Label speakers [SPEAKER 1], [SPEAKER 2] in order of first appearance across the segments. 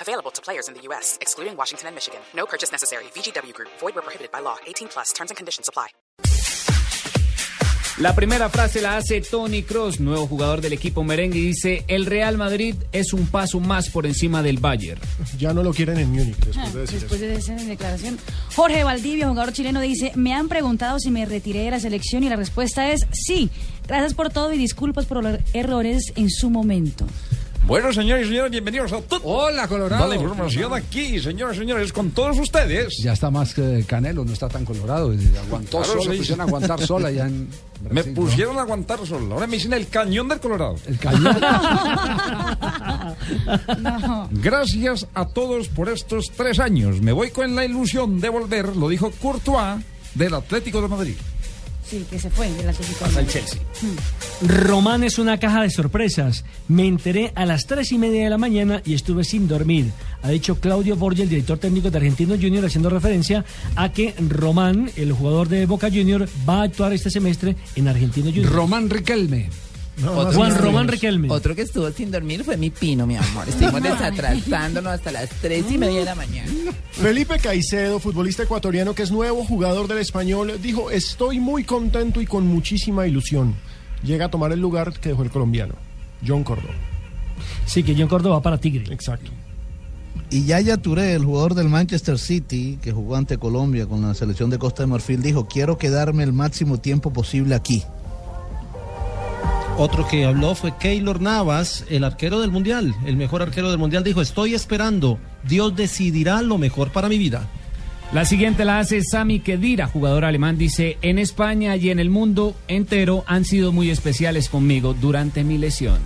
[SPEAKER 1] Available to players in the U.S., excluding Washington and Michigan. No purchase necessary. VGW Group, void were prohibited by law. 18 plus terms and conditions apply.
[SPEAKER 2] La primera frase la hace Tony Cross, nuevo jugador del equipo merengue, y dice: El Real Madrid es un paso más por encima del Bayern.
[SPEAKER 3] Ya no lo quieren en Múnich
[SPEAKER 4] Ah,
[SPEAKER 3] después de decir
[SPEAKER 4] Después
[SPEAKER 3] eso.
[SPEAKER 4] de esa declaración, Jorge Valdivia, jugador chileno, dice, me han preguntado si me retiré de la selección y la respuesta es sí. Gracias por todo y disculpas por los errores en su momento.
[SPEAKER 5] Bueno, señores y señores, bienvenidos a todo.
[SPEAKER 6] Hola, Colorado.
[SPEAKER 5] Dale información aquí, señores y señores, con todos ustedes.
[SPEAKER 6] Ya está más que Canelo, no está tan colorado. eh, Aguantó
[SPEAKER 5] Claro,
[SPEAKER 6] solo,
[SPEAKER 5] sí.
[SPEAKER 6] le pusieron a aguantar sola ya en
[SPEAKER 5] Me
[SPEAKER 6] Brasil, ¿no?
[SPEAKER 5] pusieron a aguantar solo. Ahora me dicen el cañón del Colorado.
[SPEAKER 6] El cañón.
[SPEAKER 5] Gracias a todos por estos tres años. Me voy con la ilusión de volver, lo dijo Courtois del Atlético de Madrid.
[SPEAKER 4] Sí, que se fue del Atlético. de
[SPEAKER 2] Al
[SPEAKER 4] Madrid.
[SPEAKER 2] Chelsea.
[SPEAKER 7] Román es una caja de sorpresas. Me enteré a las tres y media de la mañana y estuve sin dormir. Ha dicho Claudio Borghi, el director técnico de Argentino Junior, haciendo referencia a que Román, el jugador de Boca Junior, va a actuar este semestre en Argentino Junior.
[SPEAKER 6] Román Riquelme.
[SPEAKER 3] No,
[SPEAKER 8] Otro
[SPEAKER 3] más
[SPEAKER 7] Juan
[SPEAKER 3] que-
[SPEAKER 7] Román Riquelme.
[SPEAKER 8] Otro que estuvo sin dormir fue mi pino, mi amor. Estuvimos desatrasándonos hasta las tres y media de la mañana.
[SPEAKER 3] Felipe Caicedo, futbolista ecuatoriano que es nuevo jugador del español, dijo, estoy muy contento y con muchísima ilusión. Llega a tomar el lugar que dejó el colombiano, John Cordón.
[SPEAKER 7] Sí, que John Córdoba para Tigre.
[SPEAKER 3] Exacto.
[SPEAKER 9] Y Yaya Touré, el jugador del Manchester City, que jugó ante Colombia con la selección de Costa de Marfil, dijo, quiero quedarme el máximo tiempo posible aquí.
[SPEAKER 10] Otro que habló fue Keylor Navas, el arquero del Mundial, el mejor arquero del Mundial, dijo, estoy esperando, Dios decidirá lo mejor para mi vida.
[SPEAKER 2] La siguiente la hace Sami Kedira, jugador alemán, dice: En España y en el mundo entero han sido muy especiales conmigo durante mi lesión.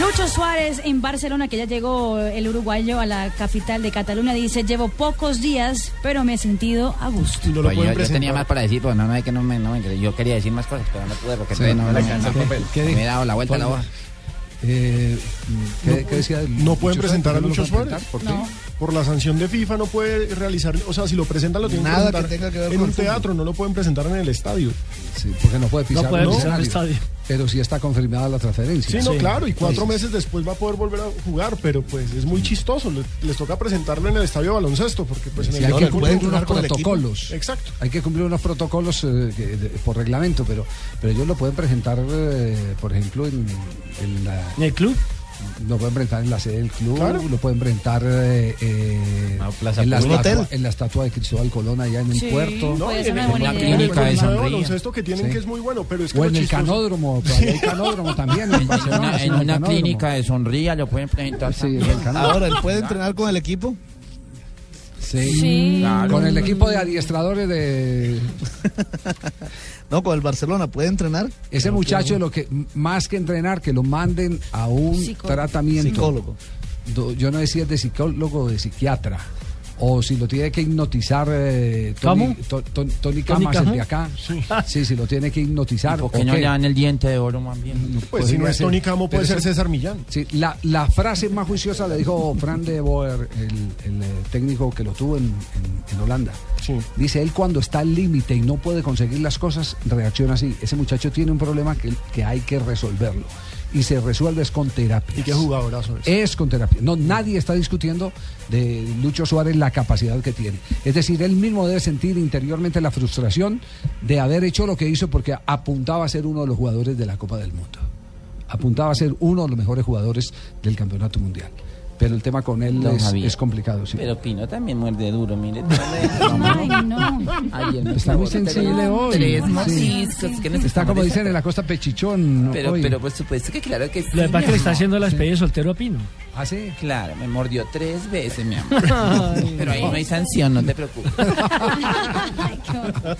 [SPEAKER 4] Lucho Suárez en Barcelona, que ya llegó el uruguayo a la capital de Cataluña, dice, llevo pocos días, pero me he sentido a gusto.
[SPEAKER 3] Y no lo pueden
[SPEAKER 8] yo, yo
[SPEAKER 3] presentar.
[SPEAKER 8] tenía más para decir, pero no, no, es que no me, no me interesa. Yo quería decir más cosas, pero no pude porque todavía no me alcanza el papel.
[SPEAKER 6] ¿Qué
[SPEAKER 8] Me
[SPEAKER 6] dijo?
[SPEAKER 8] he dado la vuelta a la hoja.
[SPEAKER 6] Eh, ¿qué, qué decía? el
[SPEAKER 3] no pueden
[SPEAKER 6] Lucho
[SPEAKER 3] presentar a
[SPEAKER 6] Suárez? ¿No lo
[SPEAKER 3] Lucho
[SPEAKER 6] pueden
[SPEAKER 3] Suárez.
[SPEAKER 6] presentar? ¿Por qué?
[SPEAKER 4] No.
[SPEAKER 3] Por la sanción de FIFA no puede realizar, o sea, si lo presentan lo tienen
[SPEAKER 9] Nada
[SPEAKER 3] presentar
[SPEAKER 9] que tenga que ver
[SPEAKER 3] en
[SPEAKER 9] con
[SPEAKER 3] un
[SPEAKER 9] el fútbol.
[SPEAKER 3] teatro, no lo pueden presentar en el estadio.
[SPEAKER 6] Sí, porque no puede pisar,
[SPEAKER 7] puede
[SPEAKER 6] el
[SPEAKER 7] pisar el estadio.
[SPEAKER 6] Pero sí está confirmada la
[SPEAKER 3] Sí,
[SPEAKER 6] transferencia.
[SPEAKER 3] no,
[SPEAKER 7] Sí.
[SPEAKER 3] claro, y cuatro meses después va a poder volver a jugar, pero pues es muy chistoso. le- Les, toca presentarlo en el estadio de baloncesto, porque pues en
[SPEAKER 6] Sí,
[SPEAKER 3] el
[SPEAKER 6] hay que
[SPEAKER 3] estadio de
[SPEAKER 6] cumplir
[SPEAKER 3] fútbol
[SPEAKER 6] unos
[SPEAKER 3] jugar con el equipo.
[SPEAKER 6] protocolos.
[SPEAKER 3] Exacto.
[SPEAKER 6] Hay que cumplir unos protocolos eh, que- de- por reglamento, pero, pero ellos lo pueden presentar, eh, por ejemplo, en, en la,
[SPEAKER 7] ¿En el club?
[SPEAKER 6] Lo pueden presentar en la sede del club,
[SPEAKER 3] Claro.
[SPEAKER 6] lo pueden presentar eh, eh,
[SPEAKER 5] Una plaza
[SPEAKER 6] en, la
[SPEAKER 9] pública.
[SPEAKER 6] estatua,
[SPEAKER 9] Hotel.
[SPEAKER 6] en la estatua de Cristóbal Colón allá en el
[SPEAKER 4] Sí.
[SPEAKER 6] puerto.
[SPEAKER 4] No, Puede
[SPEAKER 3] y
[SPEAKER 4] ser
[SPEAKER 3] en
[SPEAKER 4] una
[SPEAKER 3] el-
[SPEAKER 4] buena
[SPEAKER 3] en
[SPEAKER 4] idea.
[SPEAKER 3] el
[SPEAKER 8] Clínica de
[SPEAKER 3] torneo
[SPEAKER 8] Sangría.
[SPEAKER 3] baloncesto que tienen
[SPEAKER 6] Sí.
[SPEAKER 3] que es muy bueno, pero es que
[SPEAKER 6] O
[SPEAKER 3] lo
[SPEAKER 6] en el
[SPEAKER 3] chistoso-
[SPEAKER 6] canódromo, por ahí hay canódromo también en Barcelona.
[SPEAKER 8] Una-
[SPEAKER 6] sí,
[SPEAKER 8] Pues en
[SPEAKER 6] el
[SPEAKER 8] una
[SPEAKER 6] canódromo.
[SPEAKER 8] clínica de sonría lo pueden presentar.
[SPEAKER 6] Sí, en
[SPEAKER 8] también.
[SPEAKER 6] el canódromo.
[SPEAKER 9] Ahora, ¿él puede entrenar con el equipo?
[SPEAKER 6] Sí.
[SPEAKER 4] Sí.
[SPEAKER 6] Con el equipo de adiestradores de
[SPEAKER 9] No, con el Barcelona, ¿puede entrenar?
[SPEAKER 6] ese muchacho, lo que más que entrenar, que lo manden a un
[SPEAKER 4] Psicólogo.
[SPEAKER 6] tratamiento.
[SPEAKER 9] Psicólogo.
[SPEAKER 6] Do- yo no sé si es de psicólogo o de psiquiatra. O si lo tiene que hipnotizar eh, Tony,
[SPEAKER 7] ¿Cómo?
[SPEAKER 6] To- Ton- Tony
[SPEAKER 7] ¿Tony
[SPEAKER 6] Camas, el
[SPEAKER 7] Camus?
[SPEAKER 6] de acá. Sí. sí, si lo tiene que hipnotizar.
[SPEAKER 8] ¿Por qué
[SPEAKER 6] ¿o
[SPEAKER 8] no
[SPEAKER 6] qué?
[SPEAKER 8] le dan el diente de oro más bien?
[SPEAKER 3] Pues si no
[SPEAKER 6] Podría
[SPEAKER 3] es
[SPEAKER 6] ser.
[SPEAKER 3] Tony Camo, puede
[SPEAKER 6] Pero
[SPEAKER 3] ser
[SPEAKER 6] ese-
[SPEAKER 3] César Millán.
[SPEAKER 6] Sí, la, la frase más juiciosa la dijo Fran de Boer, el, el, eh, técnico que lo tuvo en, en- en Holanda.
[SPEAKER 3] Sí.
[SPEAKER 6] Dice, él cuando está al límite y no puede conseguir las cosas, reacciona así. Ese muchacho tiene un problema que, que hay que resolverlo. Y se resuelve es con terapia.
[SPEAKER 3] Y qué jugadorazo es.
[SPEAKER 6] Es con terapia. No, nadie está discutiendo de Lucho Suárez la capacidad que tiene. Es decir, él mismo debe sentir interiormente la frustración de haber hecho lo que hizo porque apuntaba a ser uno de los jugadores de la Copa del Mundo. Apuntaba a ser uno de los mejores jugadores del Campeonato Mundial. Pero el tema con él
[SPEAKER 8] Don
[SPEAKER 6] es,
[SPEAKER 8] Javier.
[SPEAKER 6] es complicado. sí.
[SPEAKER 8] Pero Pino también muerde duro, mire.
[SPEAKER 4] Ay, no.
[SPEAKER 8] Ayer me
[SPEAKER 6] Está muy
[SPEAKER 8] clavó tres-
[SPEAKER 6] sensible hoy.
[SPEAKER 8] Tres
[SPEAKER 6] Sí.
[SPEAKER 8] mordiscos, que no sé
[SPEAKER 6] Está
[SPEAKER 8] cómo
[SPEAKER 6] como
[SPEAKER 8] le
[SPEAKER 6] dicen
[SPEAKER 8] saca.
[SPEAKER 6] en la costa Pechichón.
[SPEAKER 8] Pero,
[SPEAKER 6] hoy.
[SPEAKER 8] pero por supuesto que claro que sí.
[SPEAKER 7] Lo demás que
[SPEAKER 8] mi
[SPEAKER 7] le está
[SPEAKER 8] amor.
[SPEAKER 7] haciendo la despedida de soltero a Pino.
[SPEAKER 6] ¿Ah, sí?
[SPEAKER 8] Claro, me mordió tres veces, mi amor. Pero ahí no hay sanción, no te preocupes.
[SPEAKER 4] Ay, qué horror.